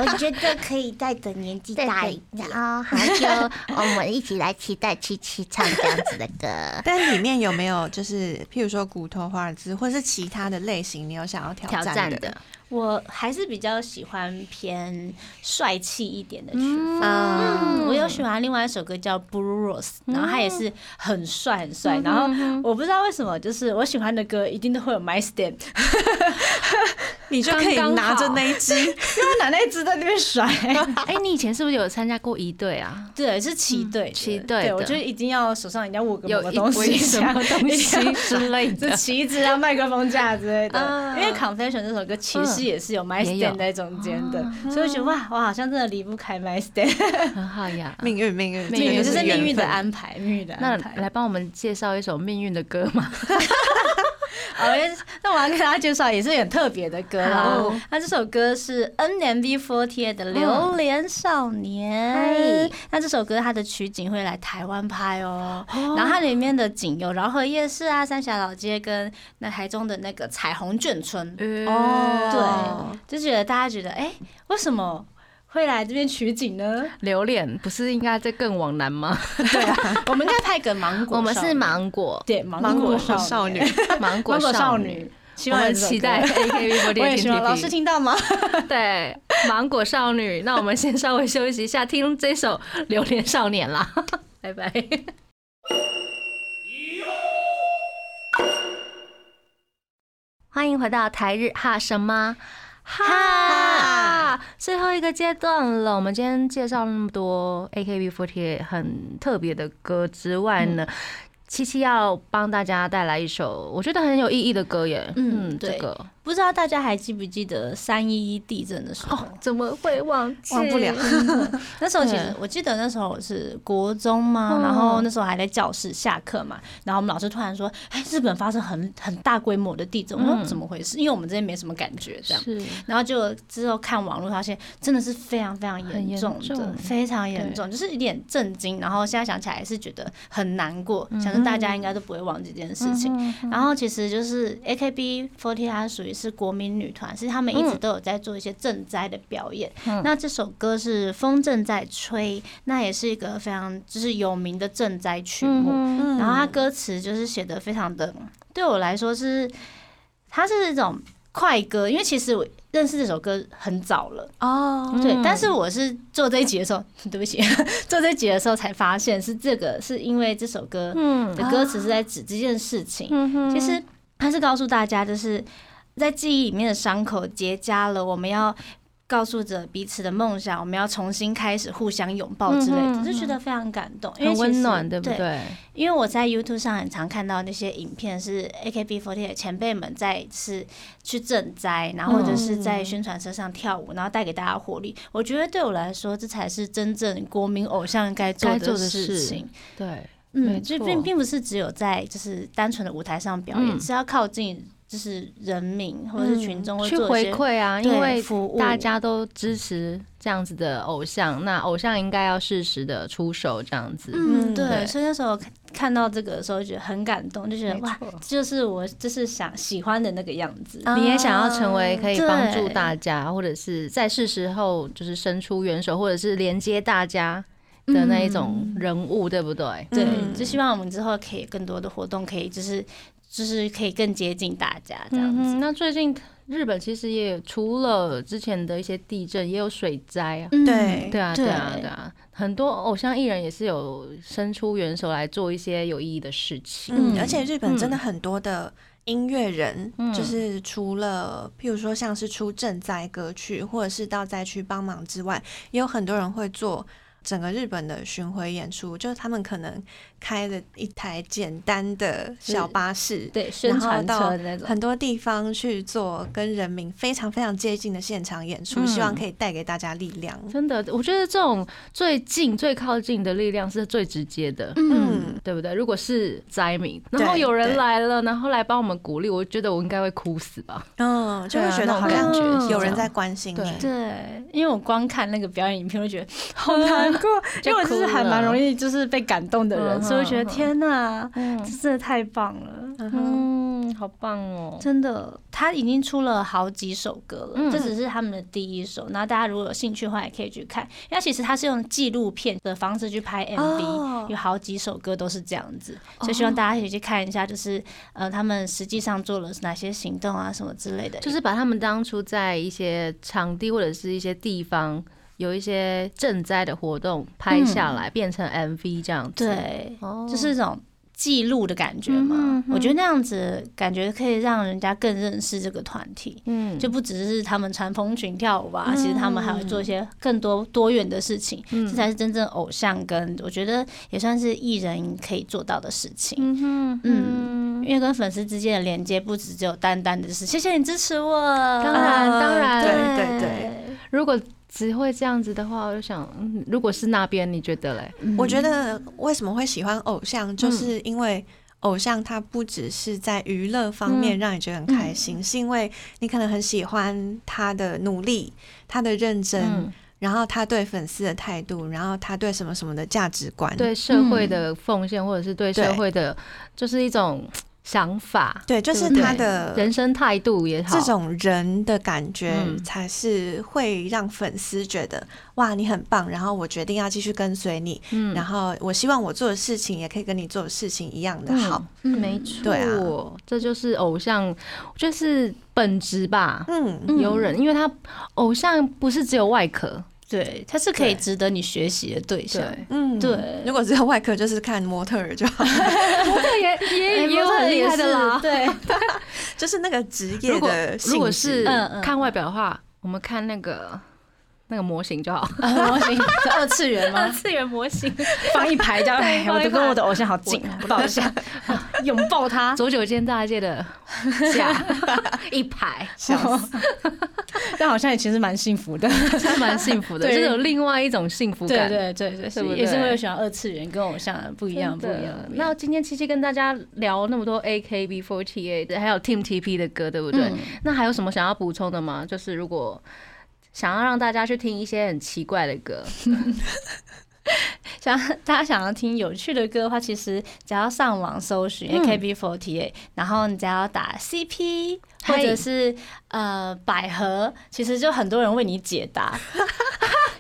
E: 我觉得可以再等年纪
A: 对
E: 大一
A: 对
E: 点，
A: 哦，好久，我们一起来期待七七唱这样子的 歌。
D: 但里面有没有就是，譬如说骨头、华尔兹，或是其他的类型，你有想要挑
B: 挑
D: 战
B: 战的，
C: 我还是比较喜欢偏帅气一点的曲风。
D: 啊？
C: 嗯，我有喜欢另外一首歌叫《Blue Rose》，然后它也是很帅很帅。
B: 嗯
C: 然后我不知道为什么，就是我喜欢的歌一定都会有 My Stand，
D: 你就可以
B: 刚刚好
D: 拿着那一只，
C: 因为我奶奶一直在那边甩。
B: 哎，你以前是不是有参加过一队啊？
C: 对，是旗队的，
B: 旗队
C: 对
B: 的
C: 我觉得一定要手上一定要握个
B: 有
C: 什么
B: 一
C: 东西，
B: 什么东 西之 类
C: 这
B: 的，
C: 旗子啊、麦克风架之类的
D: 啊。
C: 因为《Confession》这首歌其实也是有 My
B: 嗯也有啊
C: Stand 在中间的，所以我觉得哇，我好像真的离不开 My Stand。
B: 很好呀。
D: 命运，命运，
B: 命运
D: 这
C: 就
D: 个
C: 是
D: 缘
C: 命运的
D: 分
C: 安排，命运的
B: 那
C: 安排。
B: 来帮我们介绍一首命运的歌嘛？
C: 好，哦那我要跟大家介绍也是很特别的歌啦
B: 好。
C: 那这首歌是 N M V Forty e 的《榴莲少年》那这首歌它的取景会来台湾拍哦，然后它里面的景有饶河夜市啊、三峡老街跟那台中的那个彩虹眷村，
B: 呃
D: 哦，
C: 对，就觉得大家觉得哎、为什么会来这边取景呢？
B: 榴莲不是应该再更往南吗？
C: 我们应该拍个芒果，
B: 啊我们是。芒果，
C: 对，芒
D: 芒
C: 果
D: 果少
C: 女
D: 女，
B: 芒
C: 芒
B: 果
C: 果少
B: 女。
C: 女，希
B: 我
C: 望
B: 们
C: 这首
B: 期
C: 歌
B: 待
C: 我也希望
B: AKB48
C: 老师听到吗？
B: 对，芒果少女。那我们先稍微休息一下，听这首《榴莲少年》啦， 拜拜。欢迎回到台日哈什么哈？最后一个阶段了。我们今天介绍那么多 AKB48 很特别的歌之外呢，七七要帮大家带来一首我觉得很有意义的歌耶。
C: 嗯
B: 这
C: 对
B: 个
C: 不知道大家还记不记得三一一地震的时候？
B: 怎么会忘记？
D: 忘不了。
C: 那时候其
B: 哦对
C: 实我记得那时候我是国中嘛，
B: 嗯
C: 然后那时候还在教室下课嘛，然后我们老师突然说：“哎，日本发生很很大规模的地震。”我
B: 嗯
C: 说：“怎么回事？”因为我们这边没什么感觉，这样。
B: 是，
C: 然后就之后看网络发现，真的是非常非常
B: 很
C: 严
B: 严
C: 重
B: 重
C: 的，非常严重，就是有点震惊。然后现在想起来也是觉得很难过，想着是大家应
B: 嗯
C: 该都不会忘记这件事情。然后其实就是 AKB48 它属于是国民女团，是他们一
B: 嗯
C: 直都有在做一些赈灾的表演。那这首歌是《风正在吹》，那也是一个非常就是有名的赈灾曲
B: 嗯
C: 目。
D: 嗯
C: 然后它歌词就是写的非常的，对我来说是它是一种快歌，因为其实我认识这首歌很早了。
D: 哦，
C: 对
B: 嗯，
C: 但是我是做这一集的时候， 对不起，做这一集的时候才发现是这个，是因为这首歌
B: 嗯
C: 的歌词是在指这件事情。
B: 嗯哼
C: 其实它是告诉大家，就是在记忆里面的伤口结痂了，我们要告诉着彼此的梦想，我们要重新开始，互相拥抱之类
B: 嗯哼
C: 的，就觉得非常感动，因为
B: 很
C: 其
B: 温
C: 实
B: 暖，对不对？
C: 因为我在 YouTube 上很常看到那些影片，是 AKB48 的前辈们在是去赈灾，然后或者是在宣传车上跳
B: 嗯
C: 舞，然后带给大家活力。我觉得对我来说，这才是真正国民偶像该做
B: 该做
C: 的
B: 的事
C: 事情。
B: 对，没
C: 嗯，这
B: 错
C: 并并不是只有在就是单纯的舞台上表演，
B: 嗯
C: 是要靠近就是人民或者是群众会
B: 去
C: 做一
B: 回
C: 些
B: 馈啊，
C: 对
B: 因为
C: 服务
B: 大家都支持这样子的偶像，那偶像应该要适时的出手，这样子。
C: 嗯，
D: 嗯
B: 对
C: 对，所以那时候看看到这个的时候，觉得很感动，就觉得
B: 没
C: 哇
B: 错，
C: 就是我就是想喜欢的那个样子。
B: 你也想要成为可以
C: 啊
B: 帮助
C: 对
B: 大家，或者是在是时候就是伸出援手，或者是连接大家的那一种人物，对不对？
C: 嗯对，
D: 嗯
C: 就希望我们之后可以更多的活动，可以就是就是可以更接近大家这样子。
B: 嗯，那最近日本其实也除了之前的一些地震，也有水灾啊。
C: 嗯
D: 对
B: 对啊，
C: 对
B: 对啊，对啊，很多偶像艺人也是有伸出援手来做一些有意义的事情。
D: 嗯，而且日本真的很多的音乐人，就是除了譬如说像是出赈灾歌曲，或者是到灾区帮忙之外，也有很多人会做。整个日本的巡回演出，就是他们可能开了一台简单的小巴士，
C: 对，宣传车的那种。
D: 很多地方去做跟人民非常非常接近的现场演出，
B: 嗯
D: 希望可以带给大家力量。
B: 真的，我觉得这种最近、最靠近的力量是最直接的，
D: 嗯，
B: 对不对？如果是灾民，然后
D: 对
B: 有人
D: 对
B: 来了，然后来帮我们鼓励，我觉得我应该会哭死吧。
D: 嗯，就会
B: 对啊
D: 觉得
B: 那
D: 好
B: 种
D: 像
B: 感觉是这
D: 有人
B: 样
D: 在关心
B: 对
D: 你。
C: 对，因为我光看那个表演影片，我觉得好难过，因为我 就是还蛮容易就是被感动的
B: 嗯
C: 人，所以我觉得
B: 嗯
C: 天哪，
B: 嗯
C: 这真的太棒了。
D: 嗯哼
B: 嗯，好棒哦。
C: 真的，他已经出了好几首歌了，
B: 嗯
C: 这只是他们的第一首。然后大家如果有兴趣的话，也可以去看。因为其实他是用纪录片的方式去拍 MV，、
D: 哦
C: 有好几首歌都是这样子，
B: 哦
C: 所以希望大家可以去看一下，就是、呃他们实际上做了哪些行动啊什么之类的。
B: 就是把他们当初在一些场地或者是一些地方有一些赈灾的活动拍下来，变成 MV 这样子。，
C: 对，
B: 哦
C: 就是这种。记录的感觉嘛，
B: 嗯哼哼
C: 我觉得那样子感觉可以让人家更认识这个团体。
B: 嗯，
C: 就
B: 就
C: 不只是他们穿风裙跳舞啊，其实他们还会
B: 嗯
C: 做一些更多多元的事情，这才是真正偶像跟我觉得也算是艺人可以做到的事情。
B: 嗯哼
C: 嗯
B: 嗯，
C: 因为跟粉丝之间的连接不只只有单单的是谢谢你支持我，
B: 当然当然，
D: 嗯对对对，
B: 如果只会这样子的话，我就想，嗯如果是那边，你觉得嘞？
D: 我觉得为什么会喜欢偶像，就是因为偶像他不只是在娱乐方面让你觉得很开心，是因为你可能很喜欢他的努力、他的认真，
B: 嗯，
D: 然后他对粉丝的态度，然后他对什么什么的价值观。
B: 对社会的奉
D: 嗯
B: 献，或者是对社
D: 对
B: 会的，就是一种想法，
D: 对，就
B: 对
D: 是
B: 不对
D: 他的
B: 人生态度也好，
D: 呃这种人的感觉
B: 嗯
D: 才是会让粉丝觉得、哇你很棒，然后我决定要继续跟随你，
B: 嗯
D: 然后我希望我做的事情也可以跟你做的事情一样的好。
B: 嗯没错，
D: 对啊
B: 这就是偶像，我觉得是本质吧。
D: 嗯，
B: 有人，因为他偶像不是只有外壳，
C: 对，他是可以值得你学习的对象。
B: 对，
D: 嗯，
C: 对
D: 如果只有外壳，就是看模特儿就好，
B: 也也
C: 哎模特也是。 对，
D: 就是那个职
B: 如
D: 业
B: 果
D: 的性质。
B: 如果是
C: 嗯嗯
B: 看外表的话，我们看那个那个模型就好，
C: 模型是二次元 吗？
B: 次元模型，
C: 放一排这样，哎，
B: 放
C: 我
B: 一排
C: 的跟我的偶像好近，啊抱一下，拥 抱他。
B: 左九间大界的 架一排，
D: 笑死
C: 但好像也其实蛮幸福的。
B: 是蛮幸福的，
C: 对
B: 这有另外一种幸福
C: 对
B: 感。
C: 对对对，
B: 对不
C: 是
B: 对
C: 也是会喜欢二次元，跟偶像不一样，不
B: 真的
C: 一样。不一样
B: 那今天七七跟大家聊那么多 AKB48 还有 Team TP 的歌，对不对？
C: 嗯
B: 那还有什么想要补充的吗？就是如果想要让大家去听一些很奇怪的歌，
C: 想大家想要听有趣的歌的话，其实只要上网搜寻
B: 嗯
C: AKB48，、然后你只要打 CP 或
B: 嗨
C: 者是呃百合，其实就很多人为你解答。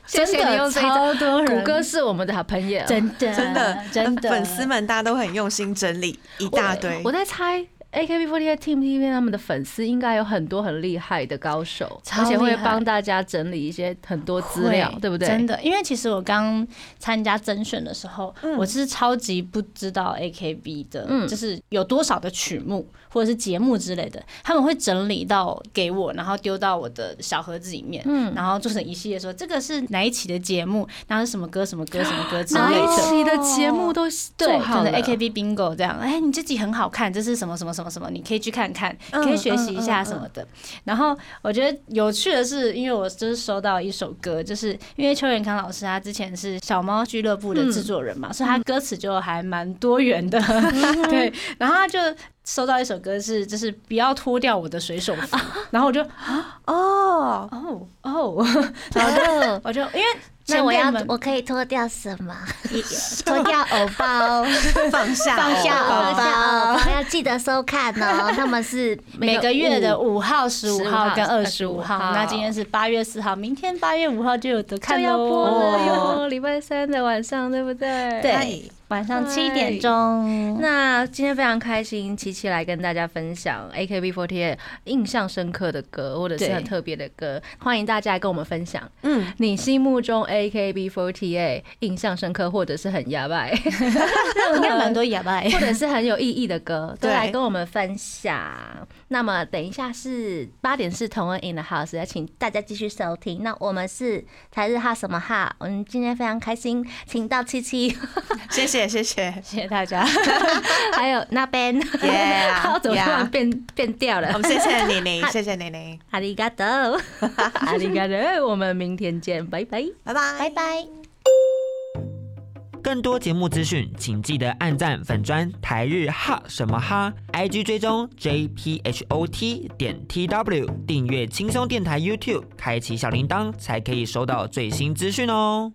B: 谢谢你用这一招
C: 超多人，
B: 谷歌是我们的好朋友，
C: 真的
D: 真的
C: 真的
D: 粉丝们大家都很用心整理一大堆
B: 我。在猜。AKB48 Team 里面他们的粉丝应该有很多很厉害的高手，
C: 超
B: 而且会
C: 厉害
B: 帮大家整理一些很多资料
C: 会，
B: 对不对？
C: 真的，因为其实我刚参加甄选的时候，我是超级不知道 AKB 的，
B: 嗯
C: 就是有多少的曲目或者是节目之类的，他们会整理到给我，然后丢到我的小盒子里面，
B: 嗯
C: 然后做成一系列说这个是哪一期的节目，然后是什么歌什么歌什么歌之
B: 哪
C: 类
B: 一
C: 的。
B: 期的节目都
C: 对，
B: 做
C: 可
B: 好
C: 能
B: 了
C: AKB Bingo 这样，哎、你这集很好看，这是什么什么什么什么，你可以去看看，
D: 嗯
C: 你可以学习一下什么的。然后我觉得有趣的是，因为我就是收到一首歌，就是因为邱元康老师他之前是小猫俱乐部的制作人嘛，所以他歌词就还蛮多元的，对。然后他就收到一首歌是，就是不要脱掉我的水手服，然后我就
D: 哦，
C: 哦哦， 然后就我就因为
A: 那我
C: 前
A: 要
C: 辈们
A: 我可以脱掉什么？ 脱掉偶包，
D: 放下
A: 放
D: 哦
A: 下偶
D: 哦
A: 包，要记得收看哦。他们是
C: 每个月的
B: 五
C: 五号、十五
B: 号
C: 号跟二十
B: 25
C: 五
B: 号
C: 号，那今天是八月四号，明天八月五号就有得
B: 就
C: 看
B: 要播了
C: 喽。
B: 哟，礼拜三的晚上，对不哦对？嗯
C: 对
D: 嗨
C: 晚上七点钟，
B: 那今天非常开心，琪琪来跟大家分享 AKB48 印象深刻的歌，或者是
C: 对
B: 很特别的歌，欢迎大家来跟我们分享
D: 嗯，
B: 你心目中 AKB48 印象深刻，或者是很牙白，
C: 应该蛮多哑巴。
B: 或者是很有意义的 歌，都
D: 对
B: 来跟我们分享。那么等一下是八点是同恩 in the house，要请
A: 大家继续收听。那我们是台日哈什么哈？我们今天非常开心，请到七 七
D: 谢谢谢谢，
C: 谢谢大家，
B: 还有那边，
D: Yeah，
B: 怎么突然
D: yeah
B: 变变调
D: 我
B: 了？
D: 们谢谢玲玲，谢谢玲玲，
A: 阿里嘎 多。
B: 阿里嘎多，我们明天见，拜拜。
D: 拜拜
E: 拜拜。
F: 更多节目资讯，请记得按赞粉砖台日哈什么哈，IG 追踪 JPHOT 点 TW，订阅轻松电台 YouTube，开启小铃铛才可以收到最新资讯哦。